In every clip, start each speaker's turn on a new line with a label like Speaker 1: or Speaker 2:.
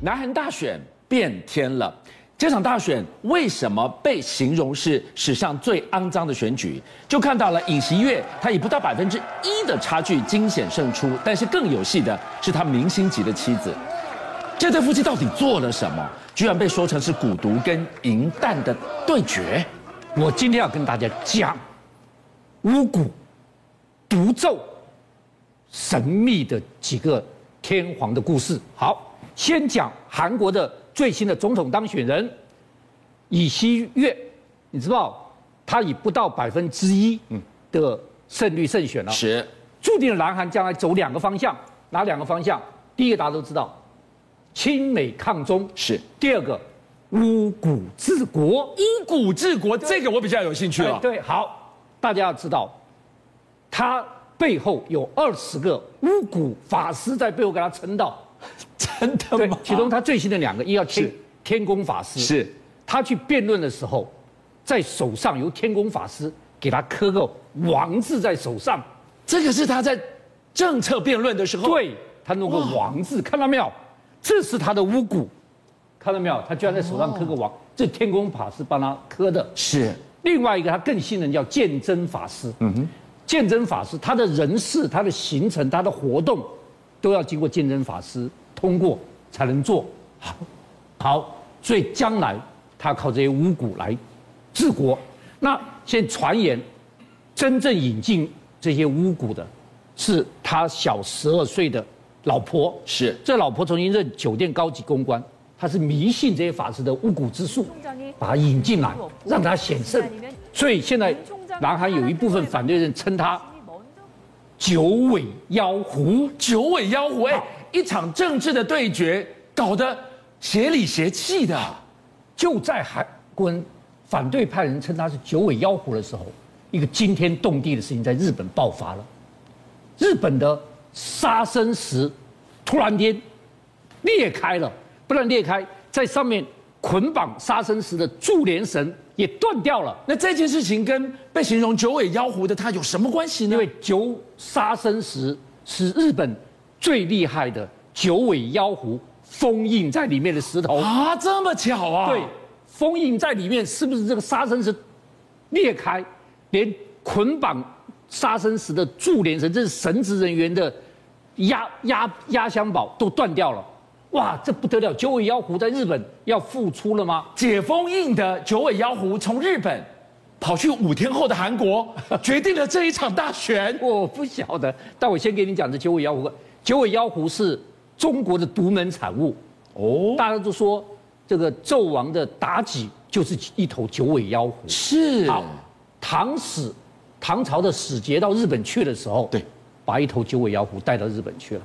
Speaker 1: 南韩大选变天了。这场大选为什么被形容是史上最肮脏的选举？就看到了尹锡悦，他以不到百分之一的差距惊险胜出。但是更有戏的是他明星级的妻子，这对夫妻到底做了什么？居然被说成是蛊毒跟银弹的对决。
Speaker 2: 我今天要跟大家讲，巫蛊、毒咒、神秘的几个天皇的故事。好，先讲韩国的最新的总统当选人尹锡悦，你知道他以不到百分之一的胜率胜选了，啊
Speaker 1: 是
Speaker 2: 注定了南韩将来走两个方向，哪两个方向？第一个大家都知道，亲美抗中；
Speaker 1: 是，
Speaker 2: 第二个巫蛊治国。
Speaker 3: 巫蛊治国，这个我比较有兴趣
Speaker 1: 哦
Speaker 3: 了。
Speaker 2: 哎对，好，大家要知道，他背后有二十个巫蛊法师在背后给他撑道。
Speaker 3: 真的
Speaker 2: 对
Speaker 3: 吗，？
Speaker 2: 其中他最新的两个，一个叫天
Speaker 3: 是
Speaker 2: 天宫法师，
Speaker 3: 是
Speaker 2: 他去辩论的时候，在手上由天宫法师给他刻个王字在手上，
Speaker 3: 这个是他在政策辩论的时候，，
Speaker 2: 对他弄个王字，看到没有？这是他的巫蛊，看到没有？他居然在手上刻个王，这天宫法师帮他刻的。
Speaker 1: 是
Speaker 2: 另外一个他更信任叫鉴真法师。嗯哼，鉴真法师他的人事、他的行程、他的活动，都要经过鉴真法师通过才能做好。好，所以将来他靠这些巫蛊来治国。那现在传言，真正引进这些巫蛊的，是他小十二岁的老婆。
Speaker 1: 是
Speaker 2: 这老婆曾经任酒店高级公关，她是迷信这些法师的巫蛊之术，把他引进来，让他显圣。所以现在南韩有一部分反对人称他九尾妖狐。
Speaker 3: 九尾妖狐，哎，一场政治的对决，搞得邪里邪气的。
Speaker 2: 就在韩国人反对派人称他是九尾妖狐的时候，一个惊天动地的事情在日本爆发了。日本的杀生石突然间裂开了，不但裂开，在上面捆绑杀生石的柱连绳也断掉了。
Speaker 3: 那这件事情跟被形容九尾妖狐的他有什么关系呢？
Speaker 2: 因为九杀生石是日本最厉害的九尾妖狐封印在里面的石头。
Speaker 3: 啊，这么巧啊！
Speaker 2: 对，封印在里面，是不是这个杀生石裂开，连捆绑杀生石的柱连绳，这是神职人员的压压压箱宝都断掉了。哇，这不得了！九尾妖狐在日本要复出了吗？
Speaker 3: 解封印的九尾妖狐从日本跑去五天后的韩 国，决定了这一场大选。
Speaker 2: 我不晓得，但我先给你讲这九尾妖狐。九尾妖狐是中国的独门产物，
Speaker 3: 哦，
Speaker 2: 大家都说这个纣王的妲己就是一头九尾妖狐。
Speaker 3: 是
Speaker 2: 好，唐使唐朝的使节到日本去的时候，
Speaker 3: 对，
Speaker 2: 把一头九尾妖狐带到日本去了。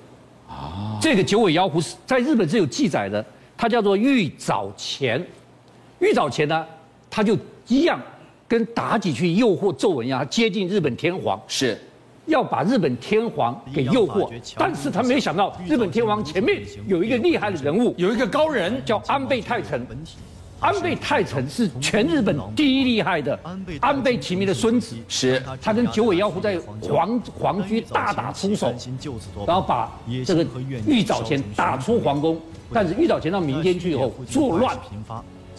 Speaker 2: 啊，这个九尾妖狐是在日本是有记载的，它叫做玉藻前。玉藻前呢，它就一样跟妲己去诱惑纣文一样，它接近日本天皇，
Speaker 1: 是，
Speaker 2: 要把日本天皇给诱惑。但是他没有想到，日本天皇前面有一个厉害的人物，
Speaker 3: 有一个高人
Speaker 2: 叫安倍泰臣。安倍泰臣是全日本第一厉害的安倍晴明的孙子，
Speaker 1: 是
Speaker 2: 他跟九尾妖狐在皇皇居大打出手，然后把这个玉藻前打出皇宫。但是玉藻前到民间去以后作乱，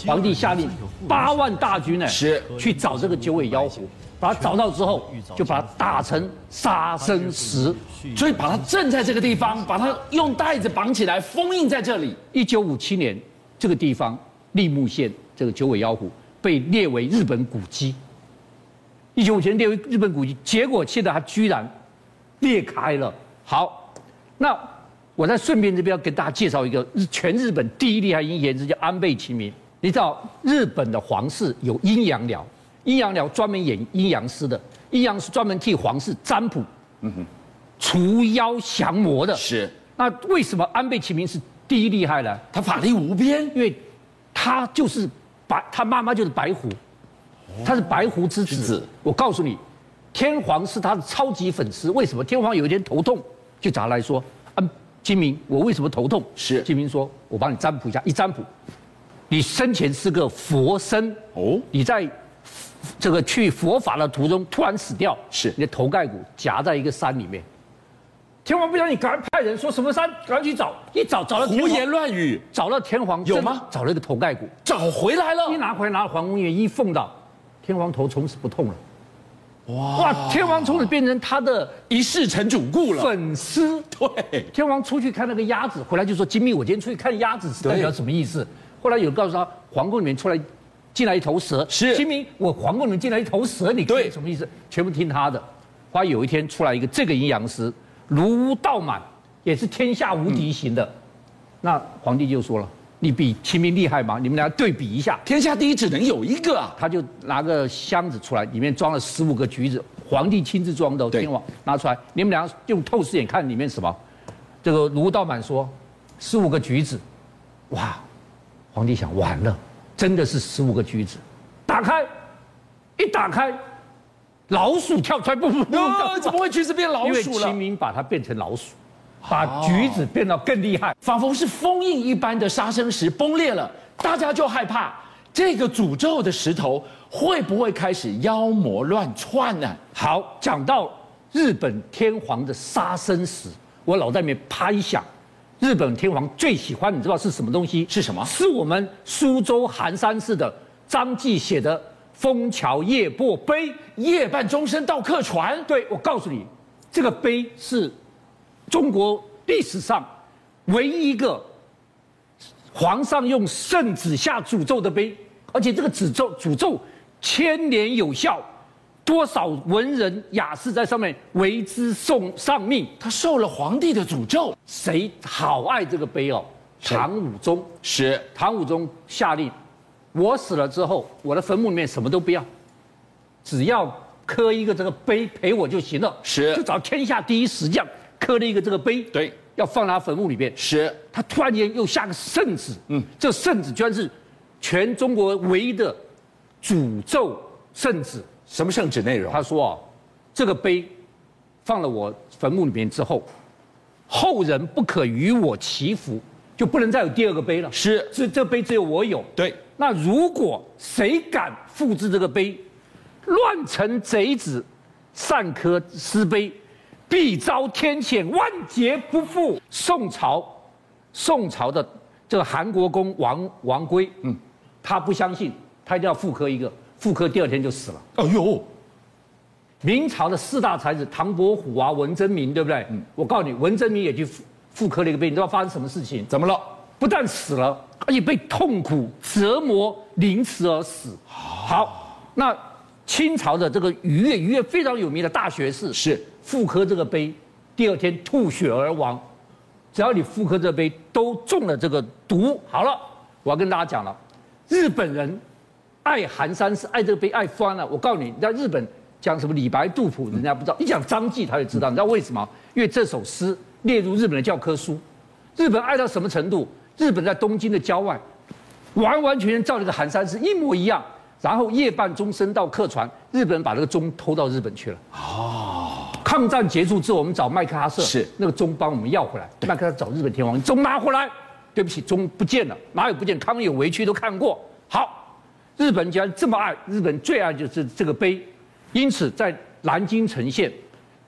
Speaker 2: 皇帝下令八万大军呢，
Speaker 1: 是
Speaker 2: 去找这个九尾妖狐，把他找到之后就把他打成杀生石。
Speaker 3: 所以把他镇在这个地方，把他用带子绑起来，封印在这里。
Speaker 2: 一九五七年，这个地方立木县这个九尾妖狐被列为日本古迹。一九五七年列为日本古迹，结果现在它居然裂开了。好，那我在顺便这边要跟大家介绍一个日全日本第一厉害阴阳师，叫安倍晴明。你知道日本的皇室有阴阳寮，阴阳寮专门演阴阳师的，阴阳师专门替皇室占卜，嗯除妖降魔的。
Speaker 1: 是
Speaker 2: 那为什么安倍晴明是第一厉害呢？
Speaker 3: 他法力无边，
Speaker 2: 因为他就是白，他妈妈就是白狐，他是白狐之子。
Speaker 1: 子
Speaker 2: 我告诉你，天皇是他的超级粉丝。为什么？天皇有一天头痛，就找他来说：“安金明，我为什么头痛？”
Speaker 1: 是
Speaker 2: 金明说：“我帮你占卜一下，一占卜，你生前是个佛身
Speaker 1: 哦
Speaker 2: 哦，你在这个去佛法的途中突然死掉，
Speaker 1: 是
Speaker 2: 你的头盖骨夹在一个山里面。”天皇不相信，赶快派人说什么山，赶快去找，一找找到天
Speaker 3: 胡
Speaker 2: 皇
Speaker 3: 言乱语，
Speaker 2: 找到天皇
Speaker 3: 有
Speaker 2: 真
Speaker 3: 吗
Speaker 2: 找了一个头盖骨，
Speaker 3: 找回来
Speaker 2: 一
Speaker 3: 了，
Speaker 2: 拿回来拿到皇宫院一奉到，天皇头从此不痛了。哇哇！天皇从此变成他的
Speaker 3: 一世成主顾了。
Speaker 2: 粉丝。
Speaker 3: 对，
Speaker 2: 天皇出去看那个鸭子，回来就说：“金密，我今天出去看鸭子是代表什么意思？”后来有人告诉他，皇宫里面出来进来一头蛇，
Speaker 3: 是
Speaker 2: 金密，我皇宫里面进来一头蛇，你
Speaker 3: 对
Speaker 2: 对什么意思？全部听他的。后来有一天出来一个这个阴阳师，如巫道满，也是天下无敌型的。那皇帝就说了：“你比秦明厉害吗？你们俩对比一下。”
Speaker 3: 天下第一只能有一个啊！
Speaker 2: 他就拿个箱子出来，里面装了十五个橘子，皇帝亲自装的哦，
Speaker 3: 对
Speaker 2: 天王拿出来，你们俩用透视眼看里面什么？这个卢道满说，十五个橘子，哇！皇帝想完了，真的是十五个橘子，打开，一打开，老鼠跳出来，不不不，
Speaker 3: 呃，怎么会橘子变老
Speaker 2: 因为
Speaker 3: 鼠
Speaker 2: 秦
Speaker 3: 了？
Speaker 2: 明把它变成老鼠，把橘子变得更厉害。
Speaker 3: 仿佛是封印一般的杀生石崩裂了，大家就害怕这个诅咒的石头会不会开始妖魔乱窜呢、
Speaker 2: 好，讲到日本天皇的杀生石，我脑袋里面啪一响，日本天皇最喜欢你知道是什么东西？
Speaker 3: 是什么
Speaker 2: 是我们苏州寒山寺的张继写的《枫桥夜泊碑》。
Speaker 3: 夜半钟声到客船，
Speaker 2: 对，我告诉你，这个碑是中国历史上唯一一个皇上用圣旨下诅咒的碑，而且这个诅咒诅咒千年有效，多少文人雅士在上面为之送丧命。
Speaker 3: 他受了皇帝的诅咒，
Speaker 2: 谁好爱这个碑哦？
Speaker 3: 谁
Speaker 2: 唐武宗，
Speaker 3: 是
Speaker 2: 唐武宗下令，我死了之后，我的坟墓里面什么都不要，只要刻一个这个碑陪我就行了。
Speaker 3: 是
Speaker 2: 就找天下第一石匠刻了一个这个碑，
Speaker 3: 对，
Speaker 2: 要放他坟墓里面。
Speaker 3: 是
Speaker 2: 他突然间又下个圣旨，嗯，这圣旨居然是全中国唯一的诅咒圣旨。
Speaker 3: 什么圣旨内容？
Speaker 2: 他说啊，这个碑放了我坟墓里面之后，后人不可与我祈福，就不能再有第二个碑了。
Speaker 3: 是
Speaker 2: 这这碑只有我有。
Speaker 3: 对，
Speaker 2: 那如果谁敢复制这个碑，乱臣贼子，擅刻私碑，必遭天谴，万劫不复。宋朝，宋朝的这个韩国公王王圭，嗯，他不相信，他一定要复刻一个，复刻第二天就死了。
Speaker 3: 哎呦，
Speaker 2: 明朝的四大才子唐伯虎啊、文征明，对不
Speaker 3: 嗯
Speaker 2: 对？我告诉你，文征明也去复复刻了一个碑，你知道发生什么事情？
Speaker 3: 怎么了？
Speaker 2: 不但死了，而且被痛苦折磨、凌迟而死。
Speaker 3: 啊
Speaker 2: 好，那清朝的这个于越，于越非常有名的大学士，
Speaker 3: 是
Speaker 2: 复刻这个碑，第二天吐血而亡。只要你复刻这碑，都中了这个毒。好了，我要跟大家讲了，日本人爱寒山寺，爱这个碑爱翻了。我告诉你，你在日本讲什么李白、杜甫，人家不知道；一讲张继，他就知道。你知道为什么？因为这首诗列入日本的教科书。日本爱到什么程度？日本在东京的郊外，完完全全照这个寒山寺一模一样。然后夜半钟声到客船，日本人把这个钟偷到日本去了。抗战结束之后，我们找麦克阿瑟，
Speaker 3: 是
Speaker 2: 那个钟帮我们要回来。麦克阿瑟找日本天皇，钟拿回来。对不起，钟不见了，哪有不见？康有为去都看过。好，日本既然这么爱，日本最爱就是这个碑，因此在南京城县，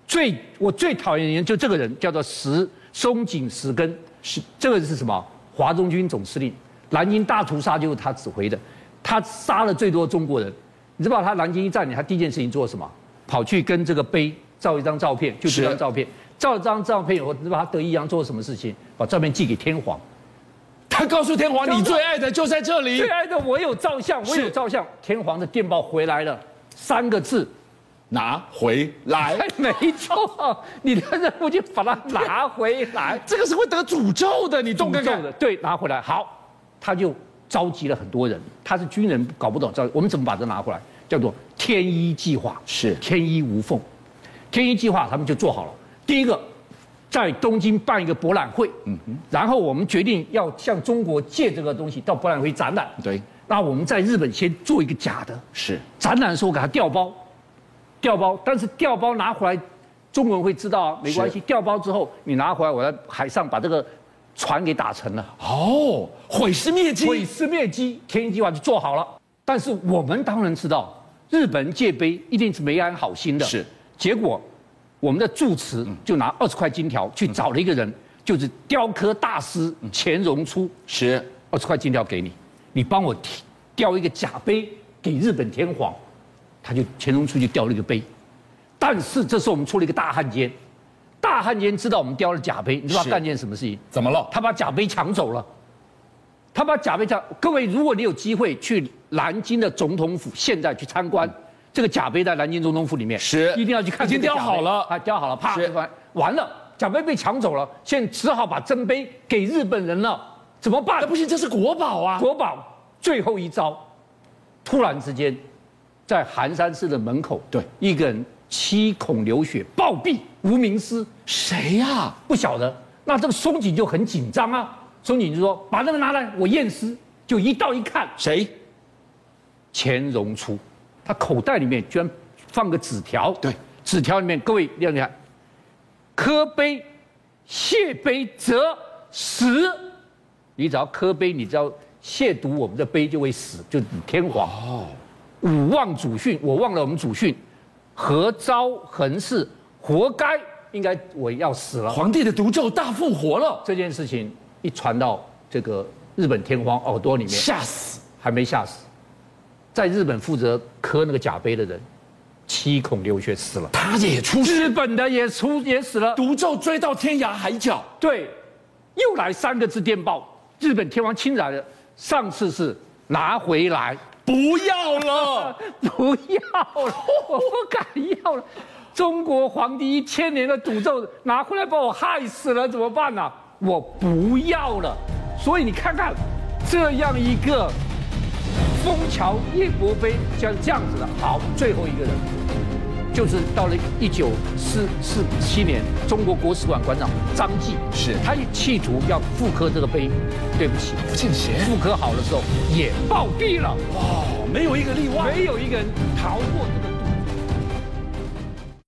Speaker 2: 最我最讨厌的人就这个人，叫做石松井石根，是这个人是什么？华中军总司令，南京大屠杀就是他指挥的，他杀了最多中国人。你知不知道他南京一占领，他第一件事情做什么？跑去跟这个碑照一张照片，就这
Speaker 3: 是
Speaker 2: 张照片，照了张照片以后，你知道他得意洋做什么事情？把照片寄给天皇。
Speaker 3: 他告诉天皇，
Speaker 2: 真的
Speaker 3: 你最爱的就在这里
Speaker 2: 最，爱的我有照相，我有
Speaker 3: 是
Speaker 2: 照相。天皇的电报回来了，三个字，
Speaker 3: 拿回来
Speaker 2: 哎。，没错，你的任务就把它拿回来。
Speaker 3: 这个是会得哎诅咒的，你动
Speaker 2: 诅
Speaker 3: 看
Speaker 2: 咒
Speaker 3: 看。
Speaker 2: 的，对，拿回来。好，他就召集了很多人，他是军人，搞不懂，召我们怎么把这拿回来？叫做天衣计划，
Speaker 3: 是
Speaker 2: 天衣无缝。天衣计划他们就做好了，第一个。在东京办一个博览会，嗯然后我们决定要向中国借这个东西到博览会展览，
Speaker 3: 对，
Speaker 2: 那我们在日本先做一个假的，
Speaker 3: 是
Speaker 2: 展览的时候给它调包，调包，但是调包拿回来，中国人会知道啊，没关系。调包之后，你拿回来，我在海上把这个船给打沉了，
Speaker 3: 哦，毁尸灭迹。
Speaker 2: 毁尸灭迹，天一计划就做好了。但是我们当然知道，日本人界碑一定是没安好心的，
Speaker 3: 是。
Speaker 2: 结果，我们的住持就拿二十块金条去找了一个人，就是雕刻大师钱荣初，
Speaker 1: 是
Speaker 2: 二十块金条给你，你帮我提雕一个假碑给日本天皇，他就乾隆出去雕了一个碑，但是这时候我们出了一个大汉奸，大汉奸知道我们雕了假碑，你知道
Speaker 1: 是
Speaker 2: 他干件什么事情？
Speaker 1: 怎么了？
Speaker 2: 他把假碑抢走了，他把假碑抢。各位，如果你有机会去南京的总统府，现在去参观，这个假碑在南京总统府里面，
Speaker 1: 嗯是
Speaker 2: 一定要去看
Speaker 1: 已经
Speaker 2: 这个假碑。
Speaker 1: 雕好了
Speaker 2: 啊，雕好了，啪
Speaker 1: 是，
Speaker 2: 完完了，假碑被抢走了，现在只好把真碑给日本人了，怎么办
Speaker 3: 那？不行，这是国宝啊！
Speaker 2: 国宝最后一招，突然之间，在寒山寺的门口，
Speaker 3: 对
Speaker 2: 一个人七孔流血暴毙，无名尸。
Speaker 3: 谁呀、
Speaker 2: 不晓得。那这个松井就很紧张啊，松井就说把那个拿来，我验尸。就一到一看，
Speaker 1: 谁？
Speaker 2: 钱荣初，他口袋里面居然放个纸条，
Speaker 1: 对，
Speaker 2: 纸条里面各位要看，科碑，谢碑则死。你只要科碑，你只要亵渎我们的碑就会死，就是你天皇。哦，吾忘祖训，我忘了我们祖训，何遭横事，活该，应该我要死了。
Speaker 3: 皇帝的毒咒大复活了，
Speaker 2: 这件事情一传到这个日本天皇耳朵里面，
Speaker 3: 吓死！
Speaker 2: 还没吓死，在日本负责磕那个假碑的人，七孔流血死了，
Speaker 3: 他也出事，
Speaker 2: 日本的也出也死了，
Speaker 3: 毒咒追到天涯海角，
Speaker 2: 对，又来三个字电报，日本天皇亲来了，上次是拿回来，
Speaker 3: 不要了。
Speaker 2: 不要了，我不敢要了。中国皇帝一千年的诅咒拿回来把我害死了，怎么办呢、我不要了。所以你看看，这样一个枫桥夜国碑像这样子的，好，最后一个人就是到了一九四四七年，中国国史馆馆长张继
Speaker 1: 是
Speaker 2: 他也企图要复刻这个碑，对不起，
Speaker 3: 进邪
Speaker 2: 复刻好的时候也暴毙了。
Speaker 3: 哦，没有一个例外。
Speaker 2: 没有一个人逃过这个。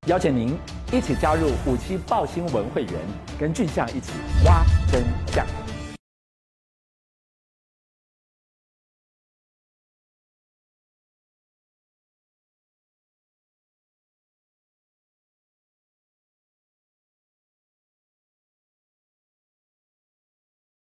Speaker 4: 邀请您一起加入五七报新闻会员，跟俊相一起挖真相。